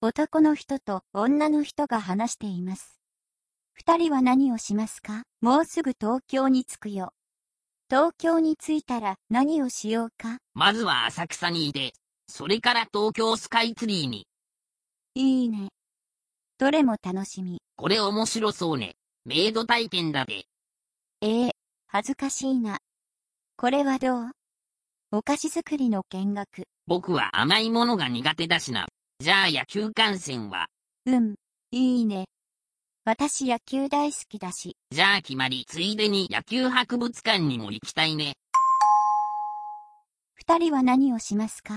男の人と女の人が話しています。二人は何をしますかもうすぐ東京に着くよ。東京に着いたら何をしようかまずは浅草にいて、それから東京スカイツリーに。いいね。どれも楽しみ。これ面白そうね。メイド体験だべ。ええ恥ずかしいな。これはどうお菓子作りの見学。僕は甘いものが苦手だしな。じゃあ野球観戦は。うん、いいね。私野球大好きだし、じゃあ決まり。ついでに野球博物館にも行きたいね。二人は何をしますか